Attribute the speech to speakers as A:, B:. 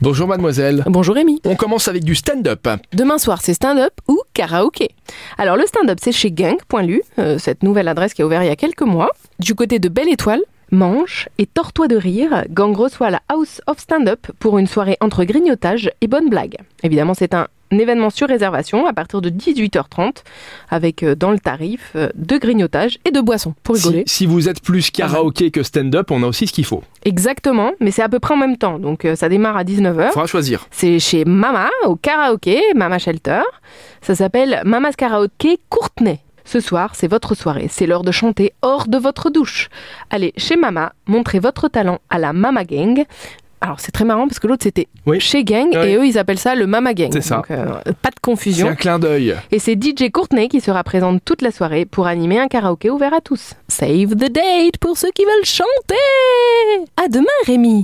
A: Bonjour mademoiselle.
B: Bonjour Rémi.
A: On commence avec du stand-up.
B: Demain soir, c'est stand-up ou karaoké. Alors le stand-up, c'est chez Gang.lu, euh, cette nouvelle adresse qui a ouvert il y a quelques mois, du côté de Belle Étoile. Manche et Tortois de rire, Gang reçoit la House of Stand-up pour une soirée entre grignotage et bonne blague. Évidemment, c'est un événement sur réservation à partir de 18h30 avec euh, dans le tarif euh, de grignotage et de boissons pour rigoler.
A: Si, si vous êtes plus karaoké que stand-up, on a aussi ce qu'il faut.
B: Exactement, mais c'est à peu près en même temps, donc euh, ça démarre à 19h.
A: Faudra choisir.
B: C'est chez Mama, au karaoké, Mama Shelter. Ça s'appelle Mama's Karaoké Courtenay. Ce soir, c'est votre soirée, c'est l'heure de chanter hors de votre douche. Allez chez Mama, montrez votre talent à la Mama Gang. Alors c'est très marrant parce que l'autre c'était
A: Oui.
B: chez Gang
A: Oui.
B: et eux ils appellent ça le Mama Gang.
A: C'est ça.
B: Donc, euh, pas de
A: C'est
B: confusion.
A: un clin d'œil.
B: Et c'est DJ Courtenay qui sera présente toute la soirée pour animer un karaoké ouvert à tous. Save the date pour ceux qui veulent chanter. À demain Rémi.